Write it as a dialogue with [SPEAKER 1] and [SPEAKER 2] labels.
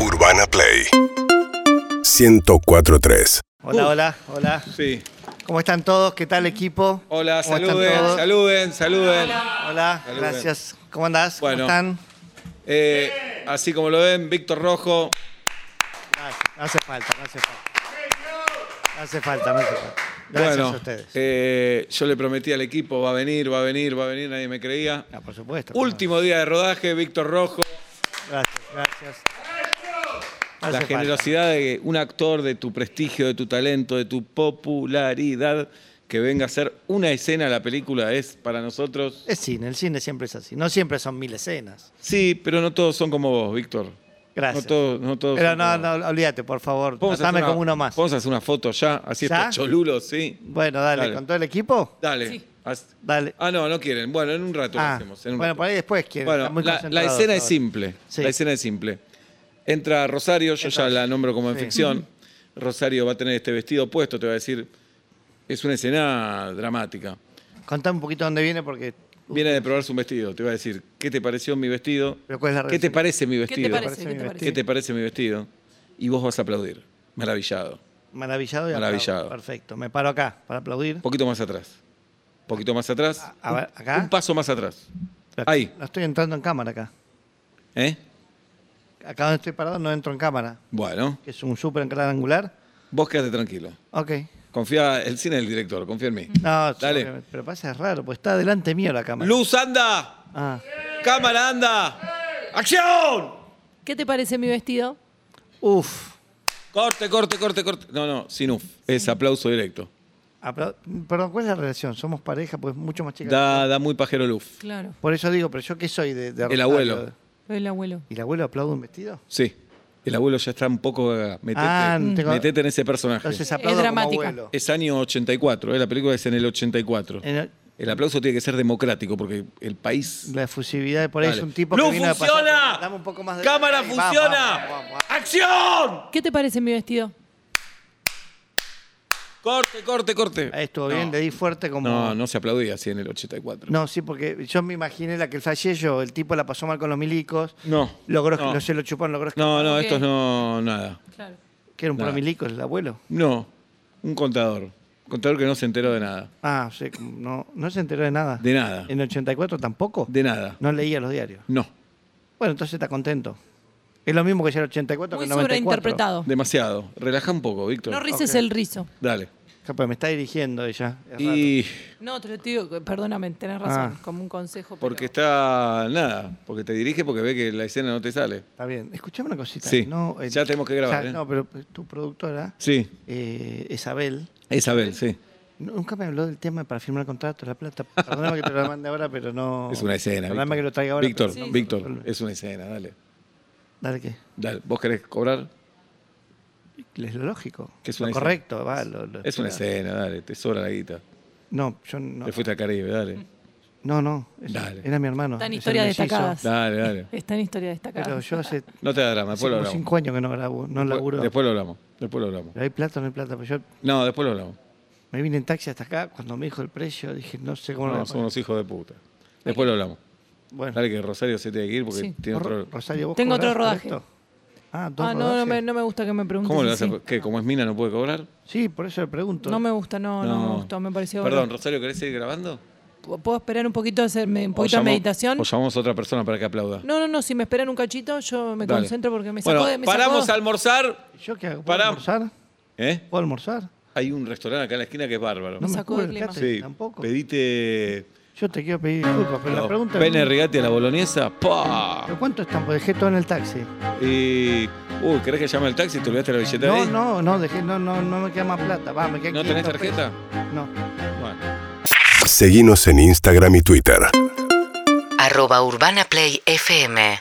[SPEAKER 1] Urbana Play 104.3
[SPEAKER 2] Hola, hola, hola.
[SPEAKER 3] Sí.
[SPEAKER 2] ¿Cómo están todos? ¿Qué tal equipo?
[SPEAKER 3] Hola,
[SPEAKER 2] ¿Cómo están
[SPEAKER 3] saluden,
[SPEAKER 2] todos?
[SPEAKER 3] saluden, saluden.
[SPEAKER 2] Hola,
[SPEAKER 3] Saluden.
[SPEAKER 2] gracias. ¿Cómo andás?
[SPEAKER 3] Bueno.
[SPEAKER 2] ¿Cómo están?
[SPEAKER 3] Eh, así como lo ven, Víctor Rojo.
[SPEAKER 2] Gracias. No hace falta, no hace falta. No hace falta, no hace falta. Gracias
[SPEAKER 3] bueno,
[SPEAKER 2] a ustedes.
[SPEAKER 3] eh, yo le prometí al equipo, va a venir, va a venir, va a venir, nadie me creía.
[SPEAKER 2] Ah, por supuesto.
[SPEAKER 3] Último día de rodaje, Víctor Rojo.
[SPEAKER 2] Gracias, gracias. No hace
[SPEAKER 3] La
[SPEAKER 2] falta.
[SPEAKER 3] generosidad de un actor de tu prestigio, de tu talento, de tu popularidad, que venga a hacer una escena a la película es para nosotros.
[SPEAKER 2] Es cine, el cine siempre es así. No siempre son mil escenas.
[SPEAKER 3] Sí, pero no todos son como vos, Víctor.
[SPEAKER 2] Gracias.
[SPEAKER 3] No todos, no todos
[SPEAKER 2] Pero
[SPEAKER 3] son
[SPEAKER 2] no,
[SPEAKER 3] como vos.
[SPEAKER 2] no, olvídate, por favor.
[SPEAKER 3] Vamos a hacer
[SPEAKER 2] Tratame
[SPEAKER 3] una-
[SPEAKER 2] como uno más.
[SPEAKER 3] Vamos a hacer una foto ya, así
[SPEAKER 2] ¿Ya?
[SPEAKER 3] está cholulo, sí.
[SPEAKER 2] Bueno, dale,
[SPEAKER 3] Dale.
[SPEAKER 2] ¿con todo el equipo?
[SPEAKER 3] Dale. Haz-
[SPEAKER 2] Dale.
[SPEAKER 3] Ah, no, no quieren. Bueno, en un rato lo
[SPEAKER 2] Ah,
[SPEAKER 3] hacemos. en un
[SPEAKER 2] bueno,
[SPEAKER 3] rato.
[SPEAKER 2] por ahí después quieren.
[SPEAKER 3] Bueno,
[SPEAKER 2] están muy
[SPEAKER 3] la, la
[SPEAKER 2] concentrados
[SPEAKER 3] escena es
[SPEAKER 2] ahora.
[SPEAKER 3] simple.
[SPEAKER 2] Sí.
[SPEAKER 3] La escena es simple. Entra Rosario, yo ya
[SPEAKER 2] Entonces,
[SPEAKER 3] la nombro como en
[SPEAKER 2] sí.
[SPEAKER 3] ficción. Rosario va a tener este vestido puesto, te va a decir. Es una escena dramática.
[SPEAKER 2] Contame un poquito dónde viene porque.
[SPEAKER 3] Viene de probarse un vestido, te va a decir, ¿qué te pareció mi vestido?
[SPEAKER 2] Pero ¿cuál es la
[SPEAKER 3] ¿Qué te
[SPEAKER 2] relación?
[SPEAKER 3] parece mi
[SPEAKER 4] ¿Qué te
[SPEAKER 3] vestido?
[SPEAKER 4] parece? ¿Qué te
[SPEAKER 2] Parece
[SPEAKER 4] parece?
[SPEAKER 3] ¿Qué te parece mi vestido? Y vos vas a aplaudir, maravillado.
[SPEAKER 2] Maravillado y aplaudo.
[SPEAKER 3] Maravillado.
[SPEAKER 2] Perfecto. Me paro acá para aplaudir.
[SPEAKER 3] Un poquito más atrás. Un poquito más atrás.
[SPEAKER 2] A ver, acá.
[SPEAKER 3] Un paso más atrás.
[SPEAKER 2] Pero
[SPEAKER 3] Ahí.
[SPEAKER 2] No estoy entrando en cámara acá.
[SPEAKER 3] ¿Eh?
[SPEAKER 2] Acá donde estoy parado no entro en cámara,
[SPEAKER 3] Bueno,
[SPEAKER 2] que es un súper angular.
[SPEAKER 3] vos quédate tranquilo.
[SPEAKER 2] Ok.
[SPEAKER 3] Confía, el cine del director, confía en mí.
[SPEAKER 2] No,
[SPEAKER 3] Dale.
[SPEAKER 2] sí, pero pasa es raro, pues está delante mío la cámara.
[SPEAKER 3] Luz anda,
[SPEAKER 2] Ah.
[SPEAKER 3] cámara anda, acción.
[SPEAKER 4] ¿Qué te parece mi vestido?
[SPEAKER 2] Uf.
[SPEAKER 3] Corte, corte, corte, corte. No, no, sin uf, es aplauso directo.
[SPEAKER 2] Apla- Perdón, ¿cuál es la relación? Somos pareja, pues mucho más chica.
[SPEAKER 3] Da, da muy pajero el uf.
[SPEAKER 4] Claro,
[SPEAKER 2] Por eso digo, pero yo qué soy de, de
[SPEAKER 3] El
[SPEAKER 2] Rosario?
[SPEAKER 3] abuelo.
[SPEAKER 4] el abuelo.
[SPEAKER 2] ¿Y el abuelo aplaude un vestido?
[SPEAKER 3] Sí, el abuelo ya está un poco gaga. Metete,
[SPEAKER 2] Ah, tengo-
[SPEAKER 3] metete en ese personaje.
[SPEAKER 2] Entonces ah. aplaudo como
[SPEAKER 4] dramática.
[SPEAKER 2] abuelo.
[SPEAKER 3] Es año 84, ¿eh? la película es en el 84.
[SPEAKER 2] En el-
[SPEAKER 3] El aplauso tiene que ser democrático porque el país...
[SPEAKER 2] La efusividad de por ahí
[SPEAKER 3] Dale.
[SPEAKER 2] es un tipo
[SPEAKER 3] ¡Luz
[SPEAKER 2] que vino de pasar-
[SPEAKER 3] funciona!
[SPEAKER 2] Dame un poco más de
[SPEAKER 3] ¡Cámara
[SPEAKER 2] Ahí, vamos,
[SPEAKER 3] funciona!
[SPEAKER 2] vamos, vamos, vamos.
[SPEAKER 3] ¡Acción!
[SPEAKER 4] ¿Qué te parece mi vestido?
[SPEAKER 3] Corte, corte, corte.
[SPEAKER 2] Ahí estuvo bien, le di fuerte como.
[SPEAKER 3] No, no se aplaudía así en el 84.
[SPEAKER 2] No, sí, porque yo me imaginé la que el falleció, el tipo la pasó mal con los milicos,
[SPEAKER 3] No.
[SPEAKER 2] logró,
[SPEAKER 3] no.
[SPEAKER 2] no se lo chupó, logró
[SPEAKER 3] No, no,
[SPEAKER 4] Ok.
[SPEAKER 3] estos no, nada.
[SPEAKER 4] Claro.
[SPEAKER 2] que era un
[SPEAKER 3] Nada.
[SPEAKER 2] promilico el abuelo.
[SPEAKER 3] No, un contador. Contador que no se enteró de nada.
[SPEAKER 2] Ah, sí, como no, no se enteró de nada.
[SPEAKER 3] De nada.
[SPEAKER 2] ¿En el 84 tampoco?
[SPEAKER 3] De nada.
[SPEAKER 2] No leía los diarios.
[SPEAKER 3] No,
[SPEAKER 2] Bueno, entonces está contento. Es lo mismo que ya el 84 que
[SPEAKER 4] Muy
[SPEAKER 2] el 94.
[SPEAKER 4] sobreinterpretado.
[SPEAKER 3] demasiado. Relaja un poco, Víctor.
[SPEAKER 4] No rices
[SPEAKER 2] Ok.
[SPEAKER 4] el rizo.
[SPEAKER 3] Dale.
[SPEAKER 2] Capaz, me está dirigiendo ella. es raro.
[SPEAKER 3] Y
[SPEAKER 4] No, te lo digo, que- perdóname, tenés razón,
[SPEAKER 2] Ah.
[SPEAKER 4] como un consejo. pero-
[SPEAKER 3] porque está nada, porque te dirige porque ve que la escena no te sale.
[SPEAKER 2] Está bien. Escuchame una cosita.
[SPEAKER 3] Sí,
[SPEAKER 2] no,
[SPEAKER 3] ya tenemos que grabar, ¿eh?
[SPEAKER 2] No, pero tu productora,
[SPEAKER 3] Sí,
[SPEAKER 2] eh, Isabel,
[SPEAKER 3] Isabel, sí.
[SPEAKER 2] Nunca me habló del tema para firmar contrato, la plata. Perdóname que te lo mande ahora, pero no.
[SPEAKER 3] Es una escena.
[SPEAKER 2] Perdóname
[SPEAKER 3] Víctor.
[SPEAKER 2] que lo traiga ahora.
[SPEAKER 3] Víctor,
[SPEAKER 2] pero no.
[SPEAKER 3] Víctor, es una escena, dale.
[SPEAKER 2] Dale que.
[SPEAKER 3] Dale, ¿vos querés cobrar?
[SPEAKER 2] Es lo lógico.
[SPEAKER 3] Que es
[SPEAKER 2] lo
[SPEAKER 3] una escena.
[SPEAKER 2] correcto, va. lo- lo-
[SPEAKER 3] Es una escena, dale, te sobra la guita.
[SPEAKER 2] No, yo no.
[SPEAKER 3] Te fuiste al Caribe, dale.
[SPEAKER 2] No, no. es-
[SPEAKER 3] Dale.
[SPEAKER 2] Era mi hermano. es
[SPEAKER 4] Están
[SPEAKER 2] el
[SPEAKER 4] historias
[SPEAKER 2] mellizo.
[SPEAKER 4] destacadas.
[SPEAKER 3] Dale, dale.
[SPEAKER 4] Está en historia destacada.
[SPEAKER 2] Pero yo hace,
[SPEAKER 3] No te da drama,
[SPEAKER 2] hace
[SPEAKER 3] después lo
[SPEAKER 2] como
[SPEAKER 3] hablamos.
[SPEAKER 2] cinco años que no grabo, no laburo.
[SPEAKER 3] Después lo hablamos. Después lo hablamos.
[SPEAKER 2] Pero hay plata o no hay plata. Pero yo
[SPEAKER 3] No, después lo hablamos.
[SPEAKER 2] me vine en taxi hasta acá. Cuando me dijo el precio, dije, no sé cómo
[SPEAKER 3] No,
[SPEAKER 2] lo voy a
[SPEAKER 3] son
[SPEAKER 2] pagar.
[SPEAKER 3] unos hijos de puta. Después lo hablamos.
[SPEAKER 2] Bueno,
[SPEAKER 3] Dale que Rosario se tiene que ir porque
[SPEAKER 4] Sí.
[SPEAKER 3] tiene otro.
[SPEAKER 2] Ro- Rosario, ¿vos
[SPEAKER 4] Tengo otro
[SPEAKER 2] cobrás por
[SPEAKER 4] rodaje.
[SPEAKER 2] esto? Ah, dos
[SPEAKER 4] ah, no, no
[SPEAKER 2] rodajes?
[SPEAKER 4] me, no me gusta que me preguntes.
[SPEAKER 3] ¿Cómo lo vas
[SPEAKER 4] así.
[SPEAKER 3] a.? ¿Qué? ¿Como es mina no puede cobrar?
[SPEAKER 2] Sí, por eso le pregunto.
[SPEAKER 4] No me gusta, no, no, me gustó, me pareció.
[SPEAKER 3] Perdón, Rosario, ¿querés seguir grabando?
[SPEAKER 4] ¿Puedo- ¿Puedo esperar un poquito, hacerme un
[SPEAKER 3] ¿O
[SPEAKER 4] poquito de
[SPEAKER 3] llamo-
[SPEAKER 4] meditación?
[SPEAKER 3] O llamamos a otra persona para que aplauda.
[SPEAKER 4] No, no, no, si me esperan un cachito, yo me
[SPEAKER 3] Dale.
[SPEAKER 4] concentro porque me sacó
[SPEAKER 3] bueno,
[SPEAKER 4] de. me sacó-
[SPEAKER 3] paramos a almorzar.
[SPEAKER 2] ¿Yo qué hago? ¿Puedo
[SPEAKER 3] Pará.
[SPEAKER 2] almorzar?
[SPEAKER 3] ¿Eh?
[SPEAKER 2] ¿Puedo almorzar?
[SPEAKER 3] Hay un restaurante acá en la esquina que es bárbaro.
[SPEAKER 2] No me sacó
[SPEAKER 4] sacó
[SPEAKER 2] el
[SPEAKER 4] del clima.
[SPEAKER 2] catering tampoco.
[SPEAKER 3] Pedite.
[SPEAKER 2] Yo te quiero pedir disculpas, pero la pregunta es-
[SPEAKER 3] Pene regate a la boloñesa. ¡Pah!
[SPEAKER 2] ¿Pero cuánto están? Porque dejé todo en el taxi.
[SPEAKER 3] Y. Uy, ¿querés que llame al taxi? ¿Te olvidaste la billetera
[SPEAKER 2] No, pues.
[SPEAKER 3] ahí?
[SPEAKER 2] no, no, dejé, no, no, no me queda más plata. Va, me queda
[SPEAKER 3] ¿No tenés
[SPEAKER 2] 500
[SPEAKER 3] tarjeta?
[SPEAKER 2] pesos. No.
[SPEAKER 3] Bueno.
[SPEAKER 1] Seguinos en Instagram y Twitter
[SPEAKER 5] arroba urbanaplayfm